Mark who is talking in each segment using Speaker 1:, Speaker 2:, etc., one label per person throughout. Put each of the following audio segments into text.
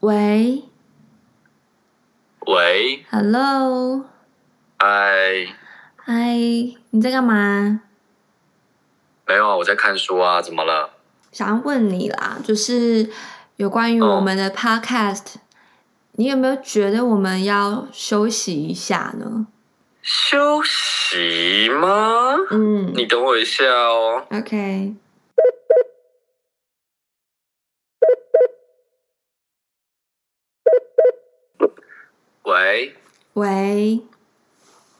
Speaker 1: 喂
Speaker 2: 喂，
Speaker 1: ，Hello，
Speaker 2: 哎，
Speaker 1: 嗨，你在干嘛？
Speaker 2: 没有啊，我在看书啊，怎么了？
Speaker 1: 想要问你啦，就是有关于
Speaker 2: 哦
Speaker 1: 我们的 Podcast，、你有没有觉得我们要休息一下呢？
Speaker 2: 休息吗？
Speaker 1: 嗯
Speaker 2: 你等我一下哦。
Speaker 1: ，OK，
Speaker 2: 喂，
Speaker 1: 喂，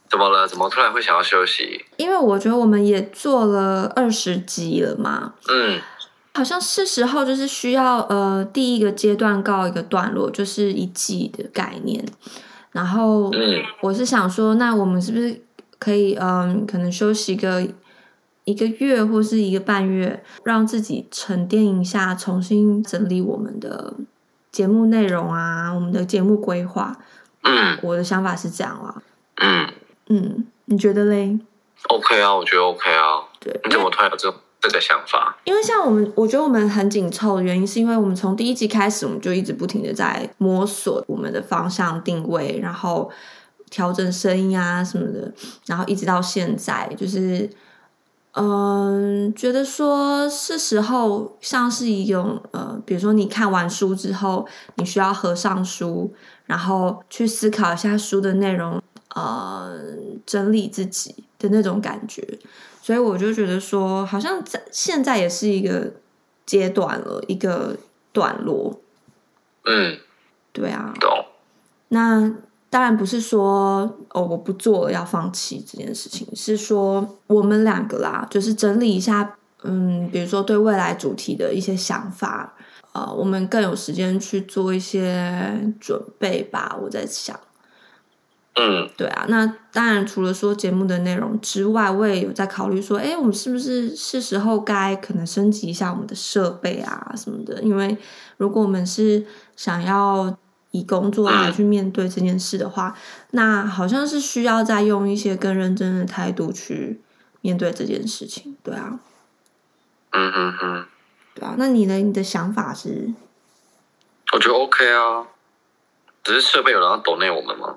Speaker 2: 怎么了？怎么突然会想要休息？
Speaker 1: 因为我觉得我们也做了二十集了嘛，
Speaker 2: 嗯，
Speaker 1: 好像是时候，就是需要呃，第一个阶段告一个段落，就是一季的概念。然后，
Speaker 2: 嗯
Speaker 1: 我是想说，那我们是不是可以，嗯，可能休息个一个月或是一个半月，让自己沉淀一下，重新整理我们的节目内容啊，我们的节目规划。
Speaker 2: 嗯
Speaker 1: 我的想法是这样啦，
Speaker 2: 嗯
Speaker 1: 嗯，你觉得嘞？
Speaker 2: ，OK 啊，我觉得 OK 啊。
Speaker 1: 对，
Speaker 2: 你怎么突然有这这个想法？
Speaker 1: 因为像我们，我觉得我们很紧凑的原因，是因为我们从第一集开始，我们就一直不停的在摸索我们的方向定位，然后调整声音啊什么的，然后一直到现在，就是嗯，觉得说是时候像是一种呃，比如说你看完书之后，你需要合上书，然后去思考一下书的内容，呃，整理自己的那种感觉。所以我就觉得说，好像在现在也是一个阶段了，一个段落，
Speaker 2: 嗯，
Speaker 1: 对啊。
Speaker 2: 懂。
Speaker 1: 那当然不是说哦我不做了要放弃这件事情，是说我们两个啦，就是整理一下，嗯，比如说对未来主题的一些想法，呃，我们更有时间去做一些准备吧。我在想。
Speaker 2: 嗯
Speaker 1: 对啊，那当然除了说节目的内容之外，我也有在考虑说，哎，我们是不是是时候该可能升级一下我们的设备啊什么的？因为如果我们是想要以工作来去面对这件事的话，那好像是需要再用一些更认真的态度去面对这件事情。对啊，
Speaker 2: 嗯哼哼，
Speaker 1: 对啊。那你呢？你的想法是？
Speaker 2: 我觉得 OK 啊。只是设备有人要抖内我们吗？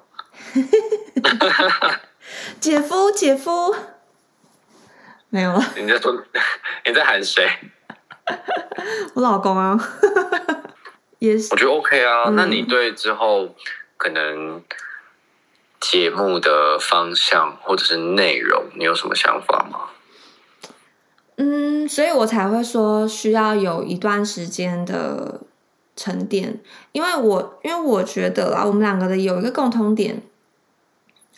Speaker 1: 姐夫，姐夫，没有了，
Speaker 2: 你在说 你在喊谁？
Speaker 1: 我老公啊， 也是
Speaker 2: 我觉得 OK 啊。
Speaker 1: 嗯
Speaker 2: 那你对之后可能节目的方向或者是内容，你有什么想法吗？
Speaker 1: 嗯，所以我才会说需要有一段时间的沉淀，因为我因为我觉得啦，我们两个的有一个共同点，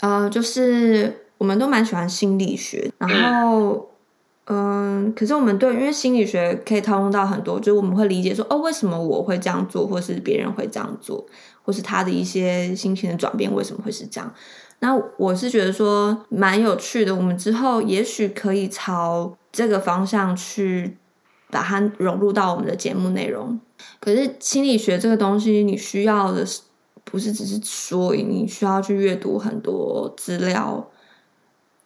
Speaker 1: 呃，就是我们都蛮喜欢心理学，然后嗯，可是我们对因为心理学可以套用到很多，就是我们会理解说哦，为什么我会这样做，或是别人会这样做，或是他的一些心情的转变为什么会是这样。那我是觉得说蛮有趣的，我们之后也许可以朝这个方向去把它融入到我们的节目内容。可是心理学这个东西，你需要的是不是只是说你需要去阅读很多资料，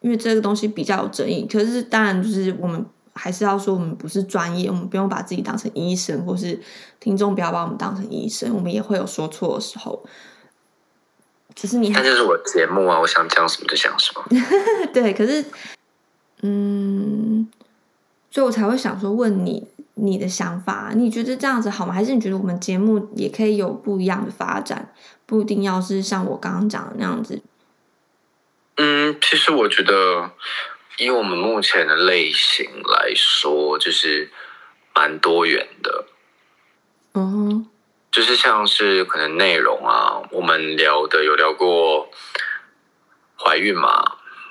Speaker 1: 因为这个东西比较有争议。可是当然就是我们还是要说我们不是专业，我们不用把自己当成医生，或是听众不要把我们当成医生，我们也会有说错的时候。只是你还
Speaker 2: 但这是我的节目啊，我想讲什么就讲什么。
Speaker 1: 对，可是，嗯，所以我才会想说问你你的想法，啊你觉得这样子好吗？还是你觉得我们节目也可以有不一样的发展，不一定要是像我刚刚讲的那样子？
Speaker 2: 嗯，其实我觉得，以我们目前的类型来说，就是蛮多元的。
Speaker 1: 嗯哼，
Speaker 2: 就是像是可能内容啊，我们聊的有聊过怀孕嘛，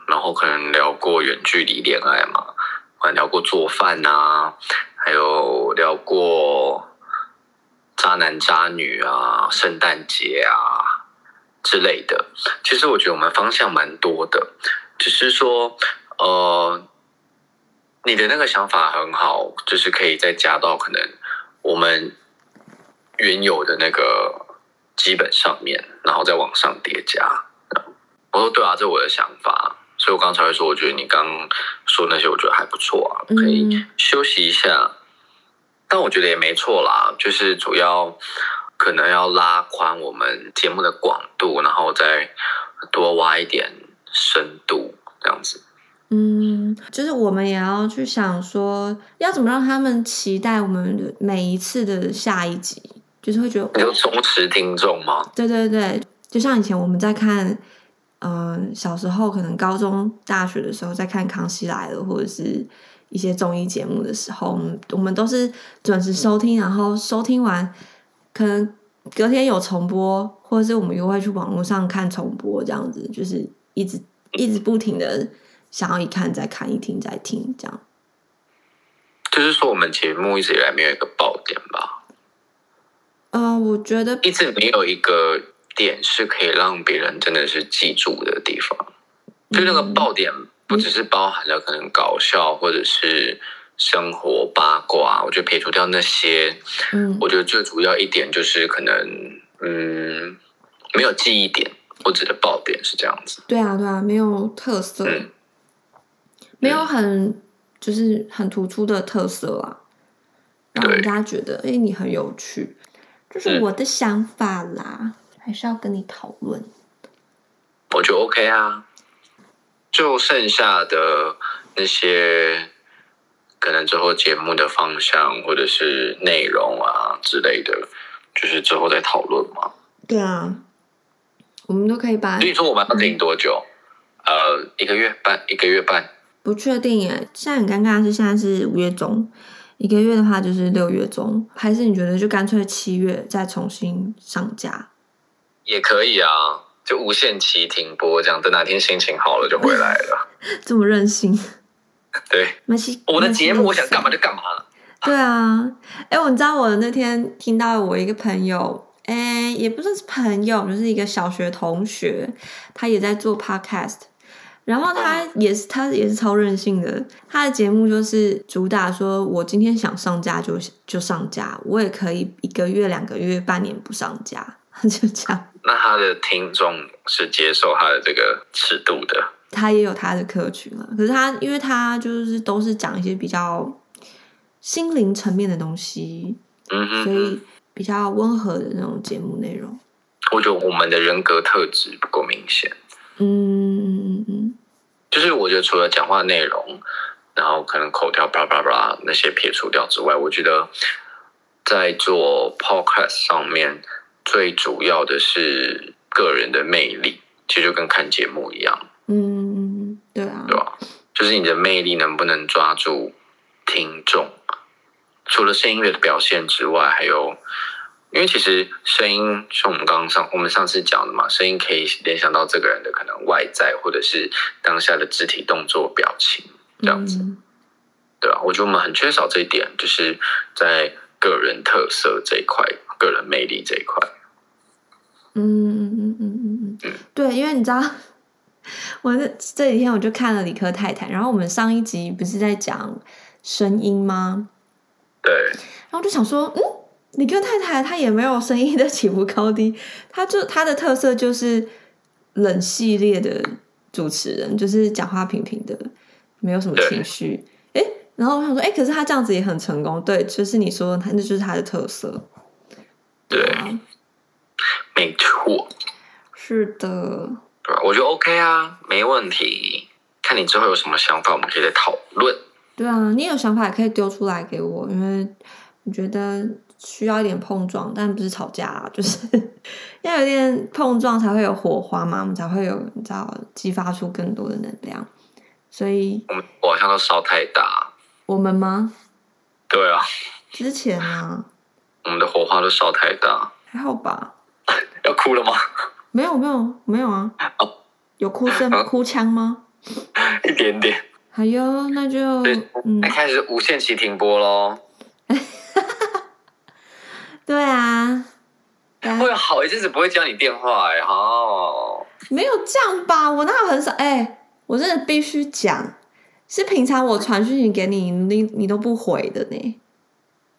Speaker 2: 然后可能聊过远距离恋爱嘛，还聊过做饭啊，还有聊过渣男渣女啊，圣诞节啊之类的。其实我觉得我们方向蛮多的，只是说呃，你的那个想法很好，就是可以再加到可能我们原有的那个基本上面，然后再往上叠加。我说对啊，这是我的想法，所以我刚才会说，我觉得你刚说那些，我觉得还不错啊，可以
Speaker 1: 嗯
Speaker 2: 休息一下。但我觉得也没错啦，就是主要可能要拉宽我们节目的广度，然后再多挖一点深度，这样子。
Speaker 1: 嗯，就是我们也要去想说，要怎么让他们期待我们的每一次的下一集，就是会觉得，哦
Speaker 2: 你有忠实听众吗？
Speaker 1: 对对对，就像以前我们在看，嗯、小时候可能高中、大学的时候在看《康熙来了》或者是一些综艺节目的时候，我们我们都是准时收听，然后收听完，可能隔天有重播，或者是我们又会去网络上看重播，这样子就是一直一直不停的想要一看再看，一听再听，这样。
Speaker 2: 就是说，我们节目一直以来没有一个爆点吧，
Speaker 1: 呃，我觉得
Speaker 2: 一直没有一个点是可以让别人真的是记住的地方。就那个
Speaker 1: 嗯
Speaker 2: 爆点，不只是包含了可能搞笑或者是生活八卦，我觉得撇除掉那些，
Speaker 1: 嗯
Speaker 2: 我觉得最主要一点就是可能，嗯，没有记忆点。我指的爆点是这样子，
Speaker 1: 对啊，对啊，没有特色，
Speaker 2: 嗯
Speaker 1: 没有很就是很突出的特色啦，让
Speaker 2: 对
Speaker 1: 人家觉得哎、诶你很有趣，这是
Speaker 2: 嗯
Speaker 1: 我的想法啦，还是要跟你讨论。
Speaker 2: 我觉得 OK 啊。就剩下的那些，可能之后节目的方向或者是内容啊之类的，就是之后再讨论嘛。
Speaker 1: 对啊，我们都可以把
Speaker 2: 所以你说我们要停多久？呃，一个月半，一个月半。
Speaker 1: 不确定耶，现在很尴尬的是现在是五月中，一个月的话就是六月中，还是你觉得就干脆七月再重新上架？
Speaker 2: 也可以啊，就无限期停播这样，等哪天心情好了就回来了。
Speaker 1: 这么任性？
Speaker 2: 对，
Speaker 1: 没关系没
Speaker 2: 我的
Speaker 1: 关系
Speaker 2: 节目我想
Speaker 1: 任性
Speaker 2: 干嘛就干嘛。
Speaker 1: 对啊，哎、我你知道我那天听到我一个朋友，哎、也不算是朋友，就是一个小学同学，他也在做 podcast，然后他也是他也是超任性的，他的节目就是主打说我今天想上架就就上架，我也可以一个月、两个月、半年不上架， 就这样。
Speaker 2: 那他的听众是接受他的这个尺度的，
Speaker 1: 他也有他的客群了，可是他因为他就是都是讲一些比较心灵层面的东西，
Speaker 2: 嗯哼
Speaker 1: 所
Speaker 2: 哼。
Speaker 1: 以比较温和的那种节目内容。
Speaker 2: 我觉得我们的人格特质不够明显，
Speaker 1: 嗯嗯嗯
Speaker 2: 就是我觉得除了讲话内容，然后可能口条叭叭叭那些撇除掉之外，我觉得在做 podcast 上面最主要的是个人的魅力，其实就跟看节目一样。
Speaker 1: 嗯嗯，嗯对啊，
Speaker 2: 对吧？就是你的魅力能不能抓住听众？除了声音的表现之外，还有，因为其实声音是我们刚刚上我们上次讲的嘛，声音可以联想到这个人的可能外在或者是当下的肢体动作、表情这样子，
Speaker 1: 嗯
Speaker 2: 对吧？我觉得我们很缺少这一点，就是在个人特色这一块、个人魅力这一块。
Speaker 1: 嗯嗯嗯嗯嗯嗯
Speaker 2: 嗯，
Speaker 1: 对，因为你知道，我这这几天我就看了理科太太，然后我们上一集不是在讲声音吗？
Speaker 2: 对，
Speaker 1: 然后我就想说，嗯，理科太太她也没有声音的起伏高低，她就她的特色就是冷系列的主持人，就是讲话平平的，没有什么
Speaker 2: 对
Speaker 1: 情绪。诶，然后我想说，诶，可是她这样子也很成功，对，就是你说她那就是她的特色，
Speaker 2: 对
Speaker 1: 啊，
Speaker 2: 没错，
Speaker 1: 是的，
Speaker 2: 对吧？我觉得 OK 啊，没问题。看你之后有什么想法，我们可以再讨论。
Speaker 1: 对啊，你有想法也可以丢出来给我，因为我觉得需要一点碰撞，但不是吵架啦，就是 要有点碰撞才会有火花嘛，我们才会有你知道激发出更多的能量。所以
Speaker 2: 我们我好像都烧太大，
Speaker 1: 我们吗？
Speaker 2: 对啊，
Speaker 1: 之前啊，
Speaker 2: 我们的火花都烧太大，
Speaker 1: 还好吧？
Speaker 2: 要哭了吗？
Speaker 1: 没有没有没有啊，有哭声
Speaker 2: 啊
Speaker 1: 哭腔吗？
Speaker 2: 一点点。
Speaker 1: 好哟，那就
Speaker 2: 对
Speaker 1: 嗯
Speaker 2: 那，开始无限期停播喽，
Speaker 1: 对啊，大家
Speaker 2: 会有好一阵子不会接到你电话哎、哦，
Speaker 1: 没有这样吧？我那很少，哎、我真的必须讲，是平常我传讯息给你，你你都不回的呢。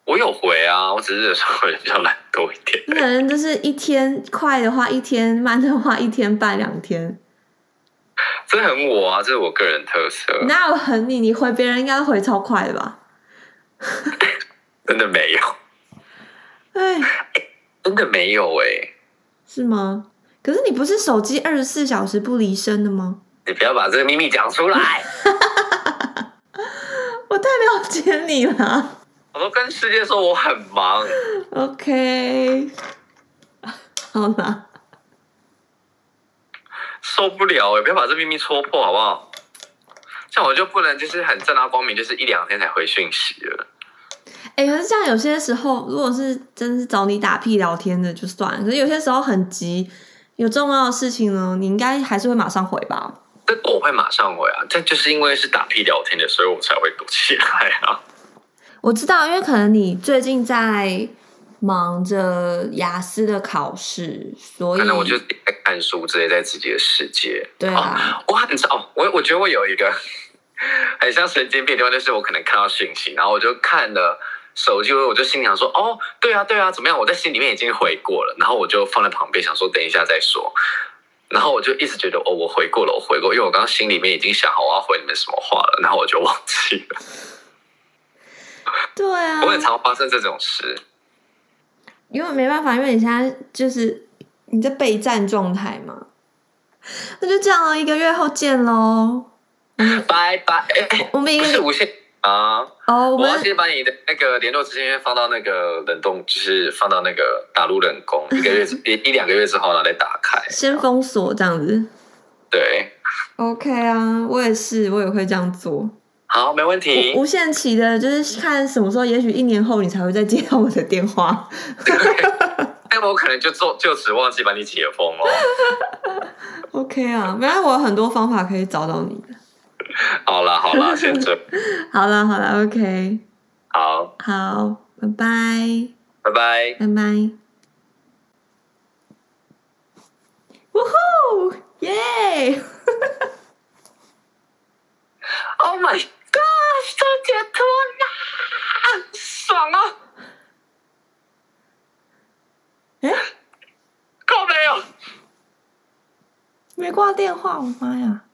Speaker 2: 我有回啊，我只是有时候比较懒惰一点。
Speaker 1: 你可能就是一天快的话一天，慢的话一天半两天。
Speaker 2: 这很我啊，这是我个人特色，
Speaker 1: 哪有很你？你回别人应该回超快的吧？
Speaker 2: 真的没有。
Speaker 1: 哎，
Speaker 2: 真的没有哎、
Speaker 1: 是吗？可是你不是手机二十四小时不离身的吗？
Speaker 2: 你不要把这个秘密讲出来。
Speaker 1: 我太了解你了。
Speaker 2: 我都跟世界说我很忙，
Speaker 1: OK，好啦，
Speaker 2: 受不了哎、不要把这秘密戳破好不好？像我就不能就是很正大光明，就是一两天才回讯息了。
Speaker 1: 哎、可是这样有些时候，如果是真是找你打屁聊天的就算了，可是有些时候很急，有重要的事情呢，你应该还是会马上回吧？
Speaker 2: 这个我会马上回啊，但就是因为是打屁聊天的，所以我才会躲起来啊。
Speaker 1: 我知道，因为可能你最近在忙着雅思的考试，所以
Speaker 2: 可能我就自己在看书之类，在自己的世界。
Speaker 1: 对啊，
Speaker 2: 我很早，哦我我觉得我有一个 很像神经病的地方，就是我可能看到讯息，然后我就看了手机，我就心里想说，哦，对啊，对啊，怎么样？我在心里面已经回过了，然后我就放在旁边，想说等一下再说。然后我就一直觉得，哦，我回过了，我回过，因为我刚刚心里面已经想好我要回你们什么话了，然后我就忘记
Speaker 1: 嗯
Speaker 2: 了。
Speaker 1: 对啊
Speaker 2: 我，很常发生这种事，
Speaker 1: 因为没办法，因为你现在就是你在备战状态嘛。那就这样了，一个月后见喽。
Speaker 2: 拜拜。哎哎
Speaker 1: 我们一
Speaker 2: 不
Speaker 1: 个
Speaker 2: 是无限啊！
Speaker 1: 哦，我
Speaker 2: 我要
Speaker 1: 们
Speaker 2: 先把你的那个联络资讯放到那个冷冻，就是放到那个打入冷宫，一个 月之一一两个月之后，然后再打开。
Speaker 1: 先封锁这样子。
Speaker 2: 对，
Speaker 1: OK 啊，我也是，我也会这样做。
Speaker 2: 好，没问题
Speaker 1: 无。无限期的，就是看什么时候，也许一年后你才会再接到我的电话。
Speaker 2: 但我可能就做就此忘记把你解封哦。
Speaker 1: OK 啊，本来我有很多方法可以找到你的。
Speaker 2: 好啦好啦，先 这，
Speaker 1: 好了好了，OK，
Speaker 2: 好，
Speaker 1: 好，拜拜，
Speaker 2: 拜拜。
Speaker 1: 拜拜。呜呼，耶！
Speaker 2: Oh my god，都解脱啦，爽啊！
Speaker 1: 哎
Speaker 2: 够没有？
Speaker 1: 没挂电话，我妈呀！